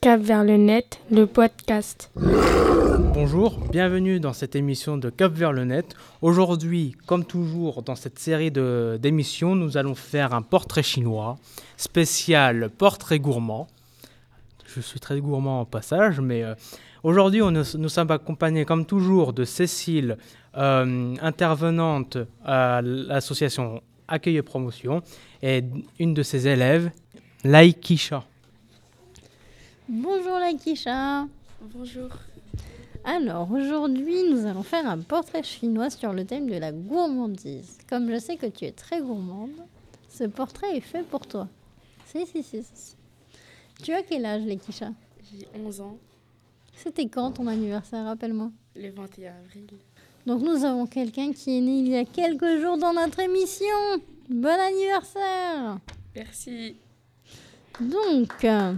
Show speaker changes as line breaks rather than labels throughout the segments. Cap vers le net, le podcast.
Bonjour, bienvenue dans cette émission de Cap vers le net. Aujourd'hui, comme toujours dans cette série de- d'émissions, nous allons faire un portrait chinois spécial portrait gourmand. Je suis très gourmand en passage, mais euh, aujourd'hui, on est- nous sommes accompagnés comme toujours de Cécile, euh, intervenante à l'association Accueil et Promotion, et une de ses élèves, Laikisha.
Bonjour la Kisha. Bonjour. Alors aujourd'hui, nous allons faire un portrait chinois sur le thème de la gourmandise. Comme je sais que tu es très gourmande, ce portrait est fait pour toi. Si, si, si. si. Tu as quel âge, les Kisha
J'ai 11 ans,
C'était quand ton anniversaire, rappelle-moi
le 21 avril.
Donc nous avons quelqu'un qui est né il y a quelques jours dans notre émission. Bon anniversaire
Merci.
Donc, euh,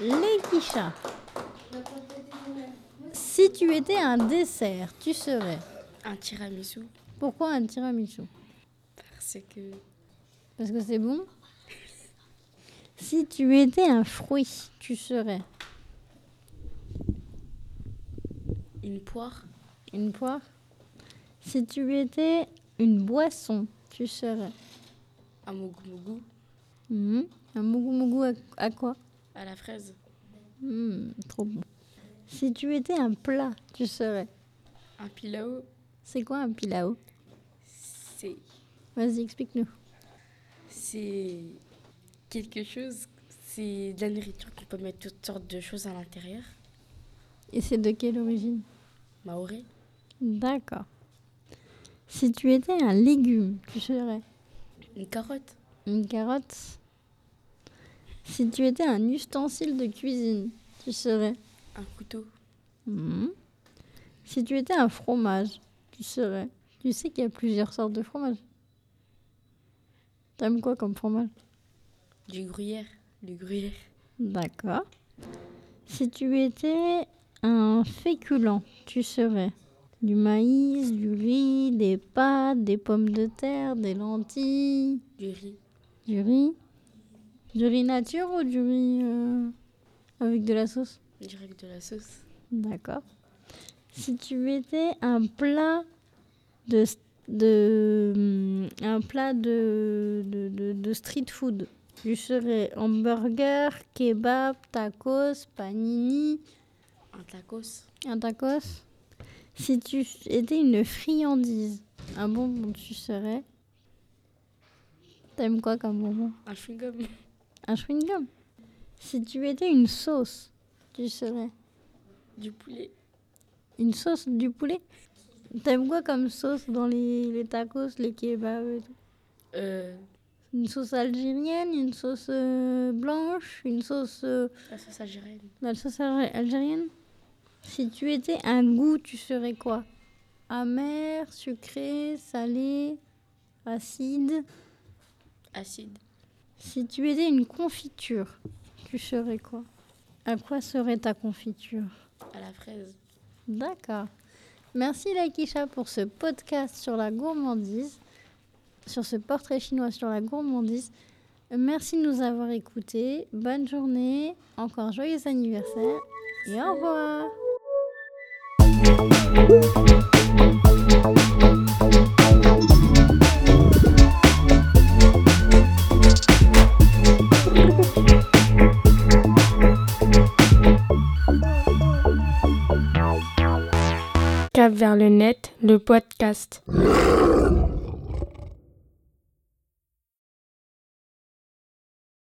les quichas. Si tu étais un dessert, tu serais.
Un tiramisu,
Pourquoi un tiramisu
parce que
Parce que c'est bon Si tu étais un fruit, tu serais
une poire,
une poire. Si tu étais une boisson, tu serais
un mougou
Mhm. un mougou mougou à, à quoi
à la fraise,
Mhm, Trop bon. Si tu étais un plat, tu serais.
un pilao,
C'est quoi un pilao
c'est
Vas-y, explique-nous.
c'est quelque chose, c'est de la nourriture qu'on peut mettre toutes sortes de choses à l'intérieur.
Et c'est de quelle origine
Maoré,
D'accord. Si tu étais un légume, tu serais
une carotte,
une carotte. Si tu étais un ustensile de cuisine, tu serais.
un couteau,
Mhm. Si tu étais un fromage, tu serais. Tu sais qu'il y a plusieurs sortes de fromages. T'aimes quoi comme fromage
du gruyère, le gruyère,
D'accord. Si tu étais un féculent, tu serais du maïs, du riz, des pâtes, des pommes de terre, des lentilles,
du riz,
du riz. Du riz nature ou du riz euh, avec de la sauce
direct de la sauce,
D'accord. Si tu étais un plat de de hum, un plat de, de, de- de street food, tu serais hamburger, kebab, tacos, panini,
un tacos,
un tacos. Si tu étais une friandise, un bonbon, tu serais. T'aimes quoi comme bonbon
un chewing-gum,
Un chewing-gum. Si tu étais une sauce, tu serais.
du poulet,
Une sauce du poulet T'aimes quoi comme sauce dans les, les tacos, les kebabs et tout
euh,
Une sauce algérienne, une sauce euh, blanche, une sauce... euh,
la sauce algérienne,
la sauce alg- algérienne Si tu étais un goût, tu serais quoi Amer, sucré, salé, acide
acide,
Si tu étais une confiture, tu serais quoi À quoi serait ta confiture
à la fraise.
D'accord. Merci Laikisha pour ce podcast sur la gourmandise, sur ce portrait chinois sur la gourmandise. Merci de nous avoir écoutés. Bonne journée, encore joyeux anniversaire et au revoir.
Cap vers le net, le podcast.